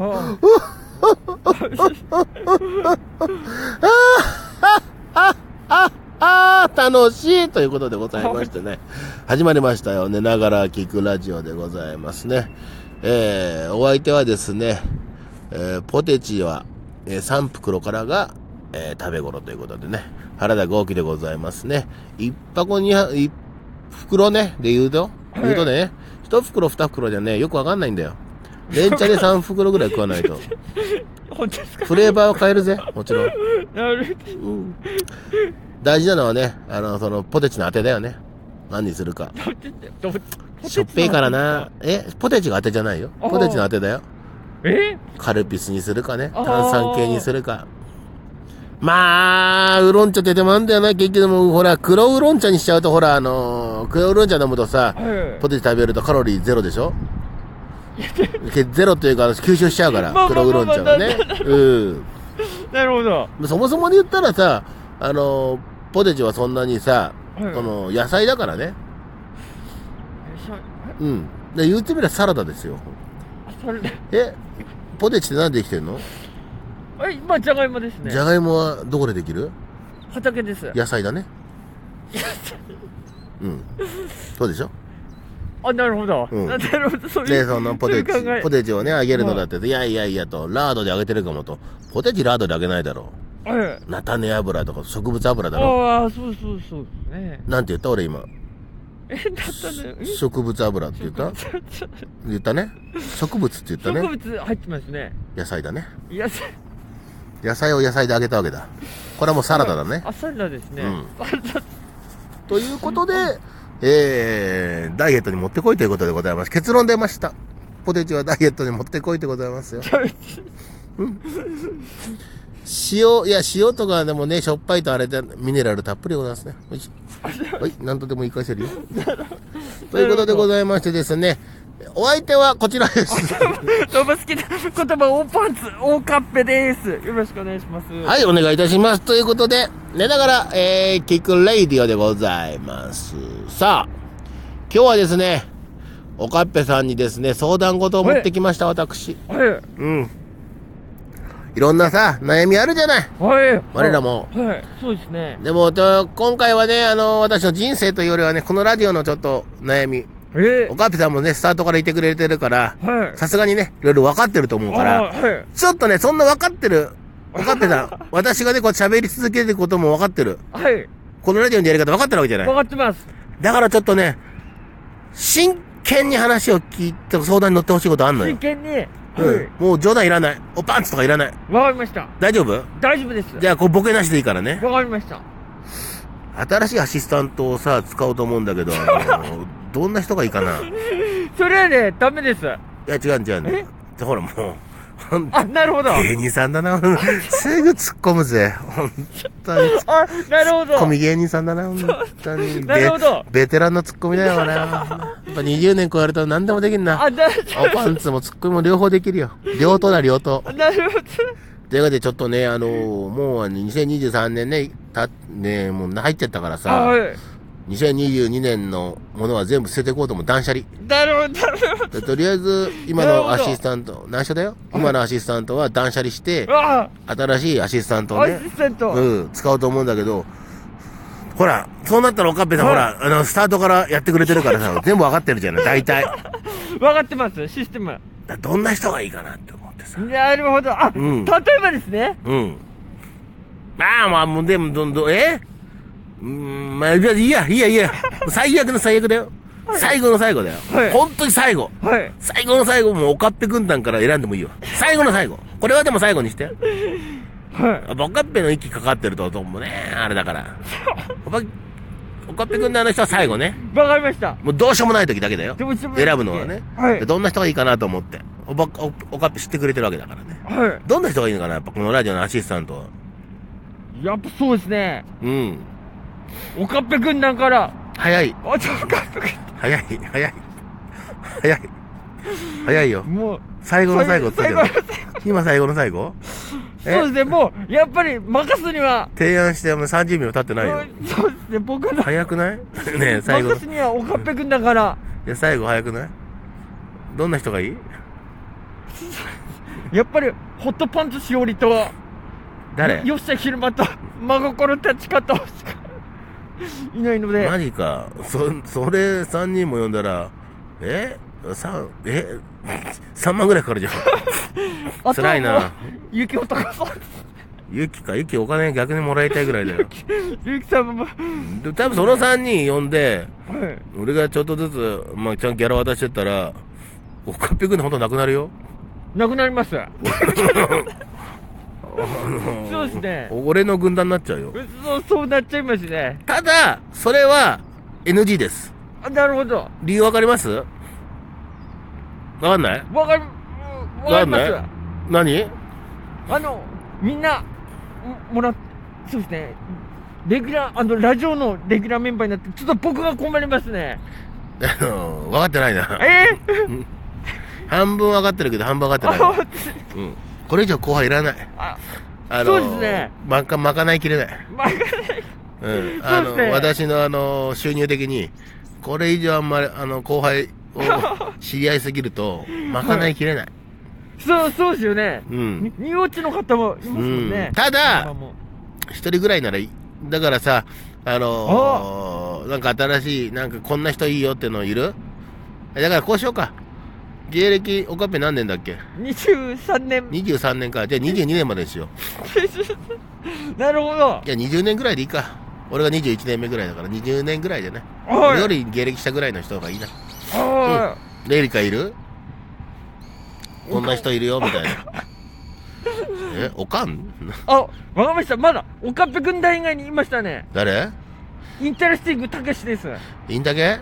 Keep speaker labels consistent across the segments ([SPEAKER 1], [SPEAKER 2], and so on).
[SPEAKER 1] あ
[SPEAKER 2] ああ、楽しいということでございましてね。始まりましたよ。寝ながら聞くラジオでございますね。えー、お相手はですね、えーポテチは、えー、3袋からが、えー食べ頃ということでね。原田豪輝でございますね。1箱2箱、1袋ね、で言うと、言うとね、1袋2袋じゃね、よくわかんないんだよ。連チャで3袋ぐらい食わないと。
[SPEAKER 1] 本当ですか
[SPEAKER 2] フレーバーを変えるぜ、もちろん。
[SPEAKER 1] なるほ
[SPEAKER 2] うん大事なのはね、あの、その、ポテチの当てだよね。何にするか。
[SPEAKER 1] ど。どっちだ
[SPEAKER 2] しょっぺいからな。。え、ポテチが当てじゃないよ。
[SPEAKER 1] あー
[SPEAKER 2] ポテチの当てだよ。
[SPEAKER 1] え
[SPEAKER 2] カルピスにするかね。
[SPEAKER 1] あー
[SPEAKER 2] 炭酸系にするか。まあ、ウーロン茶って手もあんだよな。結局もう、ほら、黒ウーロン茶にしちゃうと、ほら、あのー黒ウーロン茶飲むとさ、
[SPEAKER 1] はい
[SPEAKER 2] ポテチ食べるとカロリーゼロでしょけゼロというか、吸収しちゃうから
[SPEAKER 1] まあ、まあ
[SPEAKER 2] 黒ウーロン茶はね。うん。
[SPEAKER 1] なるほど。
[SPEAKER 2] そもそもで言ったらさ、あの、ポテチはそんなにさ、
[SPEAKER 1] はい
[SPEAKER 2] この野菜だからね。
[SPEAKER 1] しょ
[SPEAKER 2] うん。で、言ってみればサラダですよ。
[SPEAKER 1] あそれで
[SPEAKER 2] え、ポテチって何でできてんの、
[SPEAKER 1] え、今、じゃがいもですね
[SPEAKER 2] じ。ゃがいもはどこでできる
[SPEAKER 1] 畑です。
[SPEAKER 2] 野菜だ ね。うん。そう でしょ
[SPEAKER 1] あ、なるほど。
[SPEAKER 2] うん
[SPEAKER 1] なるほど、そうい
[SPEAKER 2] で、
[SPEAKER 1] う。
[SPEAKER 2] そのポテチ
[SPEAKER 1] そういう考え、
[SPEAKER 2] ポテチをね、揚げるのだって、いやいやいやと、ラードで揚げてるかもと。ポテチラードで揚げないだろ
[SPEAKER 1] はい。
[SPEAKER 2] う。菜種油とか植物油だろ。
[SPEAKER 1] ああ、そうそうそうですね。
[SPEAKER 2] なんて言った俺今。
[SPEAKER 1] え、だったね。うん
[SPEAKER 2] 植物油って言った
[SPEAKER 1] ちょっと
[SPEAKER 2] 言ったね。植物って言った
[SPEAKER 1] 植
[SPEAKER 2] ね。
[SPEAKER 1] 物入ってますね。
[SPEAKER 2] 野菜だね。
[SPEAKER 1] いや、さ
[SPEAKER 2] 野菜を野菜で揚げたわけだ。これはもうサラダだね。
[SPEAKER 1] あ、サラダですね。
[SPEAKER 2] うん
[SPEAKER 1] サラダ
[SPEAKER 2] ということで、えー、ダイエットに持ってこいということでございます。結論出ました。ポテチはダイエットに持ってこいでございます よ。塩、いや、塩とかでもね、しょっぱいとあれで、ミネラルたっぷりでございますね。おいしい。はい、何とでも言い返 せるよ。ということでございましてですね、お相手はこちらです。
[SPEAKER 1] ロバ好きな言葉、大パンツ、大カッペです。よろしくお願いします。は い。
[SPEAKER 2] はい、お願いいたします。ということで、寝ながら、えー、聞くレイディオでございます。さあ、今日はですね、おかっぺさんにですね、相談事を持ってきました、私。うん。いろんなさ、悩みあるじゃない。
[SPEAKER 1] はい。
[SPEAKER 2] 我らも
[SPEAKER 1] はい。そうですね。
[SPEAKER 2] でも、と今回はね、あの、私の人生というよりはね、このラジオのちょっと悩み、
[SPEAKER 1] えー
[SPEAKER 2] おかっぺさんもね、スタートからいてくれてるから、
[SPEAKER 1] はい。
[SPEAKER 2] さすがにね、いろいろ分かってると思うから、
[SPEAKER 1] あーはい。
[SPEAKER 2] ちょっとね、そんな分かってる、分かってた。私がね、こう喋り続けてることも分かってる。
[SPEAKER 1] はい。
[SPEAKER 2] このラジオのやり方分かってるわけじゃな
[SPEAKER 1] わ
[SPEAKER 2] い。
[SPEAKER 1] かってます。
[SPEAKER 2] だからちょっとね、真剣に話を聞いて相談に乗ってほしいことあんの
[SPEAKER 1] 真
[SPEAKER 2] よ。
[SPEAKER 1] 剣に。は
[SPEAKER 2] うん。もう冗談いらない。おパンツとかいらない。
[SPEAKER 1] い。わかりました。
[SPEAKER 2] 大丈夫
[SPEAKER 1] 大丈夫です。
[SPEAKER 2] じゃあ、こうボケなしでいいからね。
[SPEAKER 1] わかりました。
[SPEAKER 2] 新しいアシスタントをさ、使おうと思うんだけど、あ のどんな人がいいかな。い
[SPEAKER 1] それはね、ダメです。
[SPEAKER 2] や、違う違うね。ほら、もう、ほん
[SPEAKER 1] あ、なるほど。
[SPEAKER 2] 芸人さん だな。すぐ突っ込むぜ。本当に。
[SPEAKER 1] あ、なるほ
[SPEAKER 2] ツ
[SPEAKER 1] ど。
[SPEAKER 2] ッコミ芸人さんだな、本当に。
[SPEAKER 1] なるほど
[SPEAKER 2] ベベテランのツッコミだよな。やっぱ20年超えると何でもできんな。
[SPEAKER 1] あ、な、
[SPEAKER 2] おパンツもツッコミも両方できるよ。両党だ、両党。
[SPEAKER 1] なるほど。
[SPEAKER 2] というわけで、ちょっとね、あのーもうあの2023年ね、た、ね、もう入っちゃったから
[SPEAKER 1] あ、
[SPEAKER 2] さ、
[SPEAKER 1] はい。
[SPEAKER 2] 2022年のものは全部捨てていこうとも断捨離。
[SPEAKER 1] なるほど、なるほ
[SPEAKER 2] でとりあえ ず、今
[SPEAKER 1] なるほ
[SPEAKER 2] の
[SPEAKER 1] ど
[SPEAKER 2] アシスタント、内緒だよ今のアシスタントは断捨離して
[SPEAKER 1] ど。、わあ、
[SPEAKER 2] 新しいアシスタントを
[SPEAKER 1] ア
[SPEAKER 2] ね、
[SPEAKER 1] シスタント。
[SPEAKER 2] うん、使おうと思うんだけど、ほら、そうなったらおかっぺさん、
[SPEAKER 1] は
[SPEAKER 2] ほ
[SPEAKER 1] い
[SPEAKER 2] ら、あの、スタートからやってくれてるからさ、全部わかってるじゃない、大体。だか
[SPEAKER 1] わかってます、システム。
[SPEAKER 2] らどんな人がいいかなって思ってさ。
[SPEAKER 1] なるほど。あ、
[SPEAKER 2] うん
[SPEAKER 1] 例えばですね。
[SPEAKER 2] うん。まあまあ、もうでも、どんどん、えうーん、まあ、いや、いや、いや、いや、最悪の最悪だよ。最後の最後だよ。
[SPEAKER 1] はい
[SPEAKER 2] 本当に最後。
[SPEAKER 1] はい。
[SPEAKER 2] 最後の最後もうおかっぺ軍団から選んでもいいよ。最後の最後。これはでも最後にして。
[SPEAKER 1] はい。
[SPEAKER 2] おかっぺの息かかってると、どうもね、あれだから。おかおかっぺ軍団の人は最後ね。
[SPEAKER 1] わかりました。
[SPEAKER 2] もうどうしようもない時だけだよ。
[SPEAKER 1] どうしようもない時
[SPEAKER 2] 選ぶのはね。
[SPEAKER 1] はい
[SPEAKER 2] でどんな人がいいかなと思って。おば、お、おかっぺ知ってくれてるわけだからね。
[SPEAKER 1] は
[SPEAKER 2] どんな人がいいのかなやっぱこのラジオのアシスタントは。
[SPEAKER 1] い。やっぱそうですね。
[SPEAKER 2] うん。
[SPEAKER 1] オカッペ軍団から。
[SPEAKER 2] 早い。
[SPEAKER 1] あ、ちょ、オカッペ軍
[SPEAKER 2] 早い。早い。早い。早いよ
[SPEAKER 1] 団。。もう、
[SPEAKER 2] 最後の最後って言ったけ
[SPEAKER 1] 最
[SPEAKER 2] ど。今最後の最後え
[SPEAKER 1] そうですね、もう、やっぱり任すには。
[SPEAKER 2] 提案してもう30秒経ってないよ。
[SPEAKER 1] うんそうですね、僕 の。
[SPEAKER 2] 早くないねえ、最後の。
[SPEAKER 1] 任
[SPEAKER 2] い
[SPEAKER 1] すにはオカッペ軍団から。
[SPEAKER 2] や、最後早くないどんな人がいい
[SPEAKER 1] やっぱり、ホットパンツしおりと、
[SPEAKER 2] 誰
[SPEAKER 1] よっしゃ昼間と、真心立ち方しか、いないので、
[SPEAKER 2] マジか。そ、それ3人も呼んだら、え三え ?3 万ぐらいかかるじゃん。
[SPEAKER 1] あとは
[SPEAKER 2] 辛いな。
[SPEAKER 1] 雪男さん、
[SPEAKER 2] ゆきか、ゆきお金逆にもらいたいぐらいだよ。
[SPEAKER 1] ゆきさんも、は
[SPEAKER 2] で多分その3人呼んで、
[SPEAKER 1] い
[SPEAKER 2] 俺がちょっとずつ、まあ、ちゃんとギャラ渡してったら、おかっぺくんのほんとなくなるよ。
[SPEAKER 1] なく なります。
[SPEAKER 2] あの
[SPEAKER 1] そうですね
[SPEAKER 2] 俺の軍団になっちゃうよ。
[SPEAKER 1] そう、そうなっちゃいますね。
[SPEAKER 2] ただ、それは NG です。
[SPEAKER 1] あなるほど。
[SPEAKER 2] 理由わかりますわかんない
[SPEAKER 1] わかる、わかります。
[SPEAKER 2] わ何
[SPEAKER 1] あの、みんな、ももらっ、そうですね。レギュラー、あの、ラジオのレギュラーメンバーになって、ちょっと僕が困りますね。
[SPEAKER 2] あの分かってないな。
[SPEAKER 1] えー、
[SPEAKER 2] 半分分かってるけど、半分分かってないな。うん。これ以上後輩いらない。
[SPEAKER 1] あ、
[SPEAKER 2] あの
[SPEAKER 1] そうですね。
[SPEAKER 2] まか、まかないきれない。
[SPEAKER 1] まあ、
[SPEAKER 2] うん。あ
[SPEAKER 1] そう
[SPEAKER 2] の、
[SPEAKER 1] ですね
[SPEAKER 2] 私のあの、収入的に、これ以上あんまり、あの、後輩を知り合いすぎると、まかないきれない。
[SPEAKER 1] そう、そうですよね。
[SPEAKER 2] うん
[SPEAKER 1] にニオチの方もいますも
[SPEAKER 2] うん
[SPEAKER 1] ね
[SPEAKER 2] ん。。ただ
[SPEAKER 1] 今、も
[SPEAKER 2] 一人ぐらいならいい。だからさ、あのーなんか新しい、なんかこんな人いいよってのいるだからこうしようか。芸歴、オカペ何年だっけ
[SPEAKER 1] 23年。
[SPEAKER 2] ?23 年か。じゃあ22年までにしよう。
[SPEAKER 1] なるほど。
[SPEAKER 2] じゃあ20年ぐらいでいいか。俺が21年目ぐらいだから20年ぐらいでね。
[SPEAKER 1] はい
[SPEAKER 2] 俺より芸歴したぐらいの人がいいな。
[SPEAKER 1] あ
[SPEAKER 2] レリカいるこんな人いるよ、み たいな。え、おかん
[SPEAKER 1] ーあ、わかりました。まだ、岡部軍団以外にいましたね。
[SPEAKER 2] 誰
[SPEAKER 1] インタラスティングたけしです。
[SPEAKER 2] いいんだけ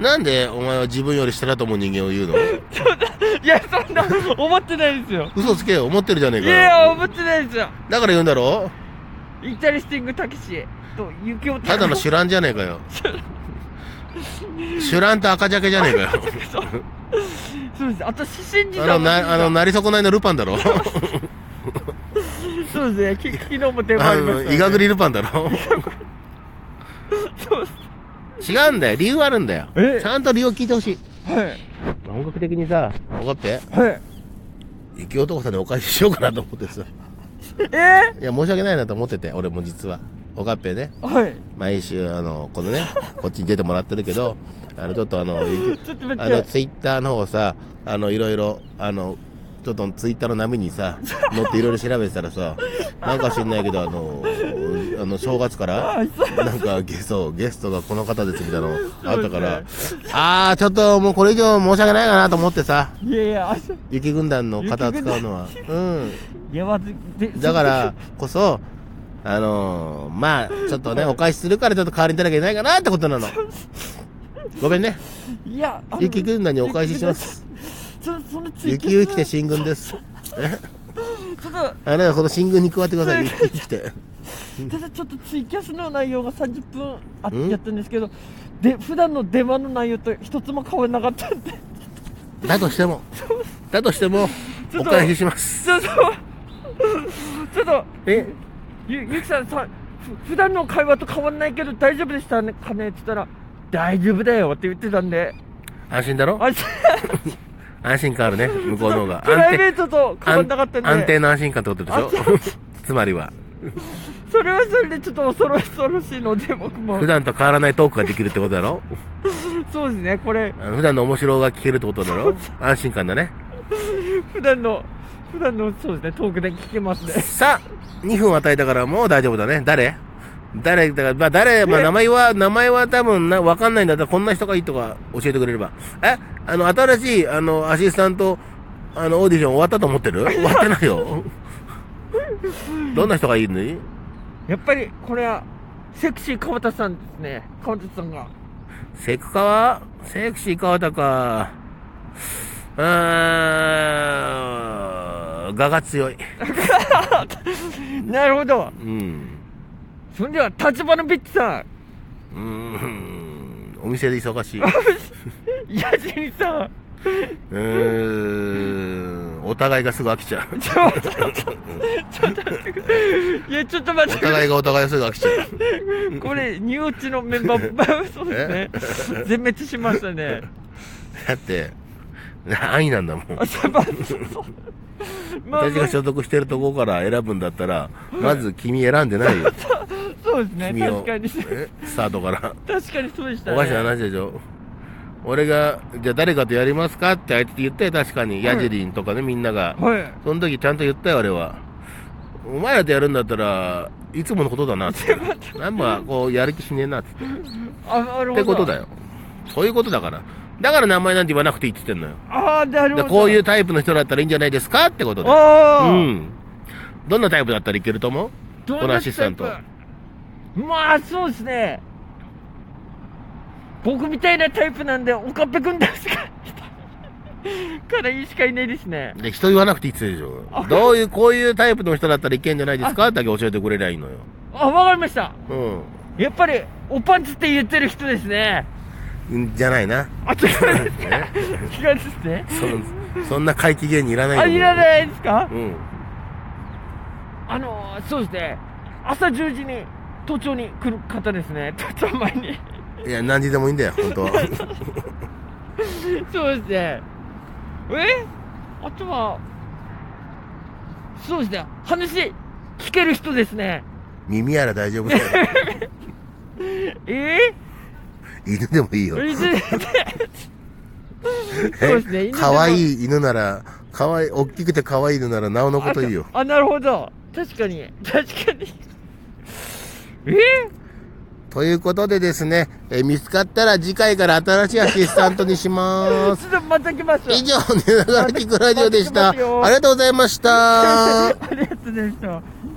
[SPEAKER 2] なんでお前は自分より下だと思う人間を言うの
[SPEAKER 1] いや、そんな、思ってないですよ。
[SPEAKER 2] 嘘つけよ、思ってるじゃねえ
[SPEAKER 1] い
[SPEAKER 2] かよ。
[SPEAKER 1] や、思ってないですよ。
[SPEAKER 2] だから言うんだろ
[SPEAKER 1] インタレスティングたけしと雪男
[SPEAKER 2] ただのシュランじゃねえか よ。シュランと赤ジャケじゃねえ かよ。
[SPEAKER 1] そうですあと獅子ンジ
[SPEAKER 2] あ
[SPEAKER 1] さ
[SPEAKER 2] の、
[SPEAKER 1] んも
[SPEAKER 2] な、あの、なり損ないのルパンだろ
[SPEAKER 1] そうですねき昨日も電話あ
[SPEAKER 2] あ
[SPEAKER 1] りま
[SPEAKER 2] の、
[SPEAKER 1] した
[SPEAKER 2] イガグリルパンだろ
[SPEAKER 1] そうです
[SPEAKER 2] 違うんだよ。理由あるんだよ。
[SPEAKER 1] え
[SPEAKER 2] ちゃんと理由を聞いてほしい。
[SPEAKER 1] はい
[SPEAKER 2] 音楽的にさ、分かって。
[SPEAKER 1] はい
[SPEAKER 2] 雪男さんにお返ししようかなと思ってさ。
[SPEAKER 1] え
[SPEAKER 2] いや、申し訳ないなと思ってて、俺も実は。おかっぺね、
[SPEAKER 1] ー、はい
[SPEAKER 2] 毎週、あの、この ね、こっちに出てもらってるけど、あの、ちょっとあの、ゆ
[SPEAKER 1] ちょっ と待
[SPEAKER 2] あ
[SPEAKER 1] っ
[SPEAKER 2] の、
[SPEAKER 1] て
[SPEAKER 2] ツイッターの方さ、あの、いろいろ、あの、ちょっとツイッターの波に さ、乗っていろいろ調べてたらさ、なんか知んないけど、あの、あの、正月から、なんかゲスト、ゲストがこの方ですみたいな のあったから、あー、ちょっともうこれ以上申し訳ないかなと思ってさ、
[SPEAKER 1] いやいやあそう
[SPEAKER 2] 雪軍団の方を使うのは、うん。
[SPEAKER 1] いやまずで
[SPEAKER 2] だからこそ、あのーまあ、ちょっとね、お返しするからちょっと代わりにいただけないかなってことなの。ごめんね。
[SPEAKER 1] いやあの
[SPEAKER 2] 雪軍団にお返しします。
[SPEAKER 1] そそのツイキ
[SPEAKER 2] 雪
[SPEAKER 1] ャス
[SPEAKER 2] 雪来て進軍です。
[SPEAKER 1] ちょっと
[SPEAKER 2] あなたこの進軍に加わってください。雪雪来て。
[SPEAKER 1] ただちょっとツイキャスの内容が30分あ
[SPEAKER 2] うん
[SPEAKER 1] やったんですけどで普段の出番の内容と一つも変わらなかったんで
[SPEAKER 2] だとしても、だとしても、
[SPEAKER 1] ちょ
[SPEAKER 2] お
[SPEAKER 1] っと
[SPEAKER 2] 返しします。
[SPEAKER 1] ちょっと ちょっと
[SPEAKER 2] え
[SPEAKER 1] ゆゆきさんさふ普段の会話と変わんないけど大丈夫でしたねかねって言ったら大丈夫だよって言ってたんで
[SPEAKER 2] 安心だろ
[SPEAKER 1] あれ
[SPEAKER 2] 安心感あるね、向こうの方が。
[SPEAKER 1] プライベートと変わんなかったんで
[SPEAKER 2] 安安定の安心感ってことでしょ
[SPEAKER 1] あそ
[SPEAKER 2] つまりは、
[SPEAKER 1] それはそれでちょっと恐ろ恐ろしいので僕も
[SPEAKER 2] 普段と変わらないトークができるってことだろ
[SPEAKER 1] そうですねこれ
[SPEAKER 2] あの普段の面白が聞けるってことだ ろ安心感だね。
[SPEAKER 1] 普段の普段のそうですねトークで聞けますね
[SPEAKER 2] さあ、2分与えたからもう大丈夫だね。誰誰だから、まあ誰、まあ名前は、名前は多分な、わかんないんだったらこんな人がいいとか教えてくれれば。えあの、新しい、あの、アシスタント、あの、オーディション終わったと思ってる終わってないよ。どんな人がいいのに
[SPEAKER 1] やっぱりこれはセクシー川田さんですね川田さんが
[SPEAKER 2] セクカワセクシー川田か。うーん、画が強い。
[SPEAKER 1] なるほど
[SPEAKER 2] うん。
[SPEAKER 1] それでは立花ビッチさん
[SPEAKER 2] うーん、お店で忙しい。
[SPEAKER 1] ヤジニさん
[SPEAKER 2] うーんお互いがすぐ飽きちゃう。
[SPEAKER 1] ちょっとちょっとちょっと待ってくださいいやちょっと待っ
[SPEAKER 2] お
[SPEAKER 1] てください
[SPEAKER 2] 互いがお互いがすぐ飽きちゃう。
[SPEAKER 1] これ、ニューオチのメンバー、そうですね。全滅しましたね。
[SPEAKER 2] だって、安易なんだもん。
[SPEAKER 1] あそうまあそうそうまあ
[SPEAKER 2] 私が
[SPEAKER 1] そ
[SPEAKER 2] 所属してるとこから選ぶんだったら、まず君選んで ないよ。
[SPEAKER 1] そうですね
[SPEAKER 2] 君を
[SPEAKER 1] 確かに
[SPEAKER 2] えスタートから。
[SPEAKER 1] 確かにそうでした
[SPEAKER 2] おかしな
[SPEAKER 1] ね
[SPEAKER 2] 話でしょ。俺が、じゃあ誰かとやりますかってあいつ言ったよ、確かに。ヤジリンとかね、みんなが。
[SPEAKER 1] はい
[SPEAKER 2] その時ちゃんと言ったよ、俺は。お前らとやるんだったら、いつものことだな って。なんかこう、やる気しねえなって。
[SPEAKER 1] あなるほど
[SPEAKER 2] ってことだよ。そういうことだから。だから名前なんて言わなくていいって言ってんのよ。
[SPEAKER 1] ああなるほ
[SPEAKER 2] で
[SPEAKER 1] ど
[SPEAKER 2] こういうタイプの人だったらいいんじゃないですかってことで。う
[SPEAKER 1] ああ、
[SPEAKER 2] ん。どんなタイプだったらいけると思う
[SPEAKER 1] どんな
[SPEAKER 2] このアシスタント
[SPEAKER 1] タイプまあそうですね僕みたいなタイプなんで岡部君ですか からいいしかいないですね
[SPEAKER 2] で、人言わなくていいって言ってるでしょ。どういう、こういうタイプの人だったらいけんじゃないですかだけ教えてくれりゃいいのよ。
[SPEAKER 1] あわかりました
[SPEAKER 2] うん
[SPEAKER 1] やっぱりおパンツって言ってる人ですね
[SPEAKER 2] うん。じゃないな。
[SPEAKER 1] あ違うんですか違うんですね
[SPEAKER 2] そそんな怪奇芸人いらないと
[SPEAKER 1] あ
[SPEAKER 2] 思う
[SPEAKER 1] いらないですか
[SPEAKER 2] うん。
[SPEAKER 1] あのそうですね朝10時に都庁に来る方ですね都庁前に
[SPEAKER 2] いや、何時でもいいんだよ、本当は。
[SPEAKER 1] そうですねえあとはそうですね話聞ける人ですね
[SPEAKER 2] 耳やら大丈夫だよ。
[SPEAKER 1] え
[SPEAKER 2] 犬でもいい
[SPEAKER 1] ー、
[SPEAKER 2] よ。
[SPEAKER 1] それ でそうですね犬でも
[SPEAKER 2] 可愛い犬なら、可愛い、大きくて可愛い犬なら、なおのこといいよ。
[SPEAKER 1] あなるほど確かに確かにえー、
[SPEAKER 2] ということでですね、えー見つかったら次回から新しいアシスタントにしま
[SPEAKER 1] ち
[SPEAKER 2] す。
[SPEAKER 1] ょっとまた来ます。
[SPEAKER 2] 以上、寝ながら聞くラジオでした。あ
[SPEAKER 1] 待ってますよ
[SPEAKER 2] りがとうございました。
[SPEAKER 1] ありがとうございました。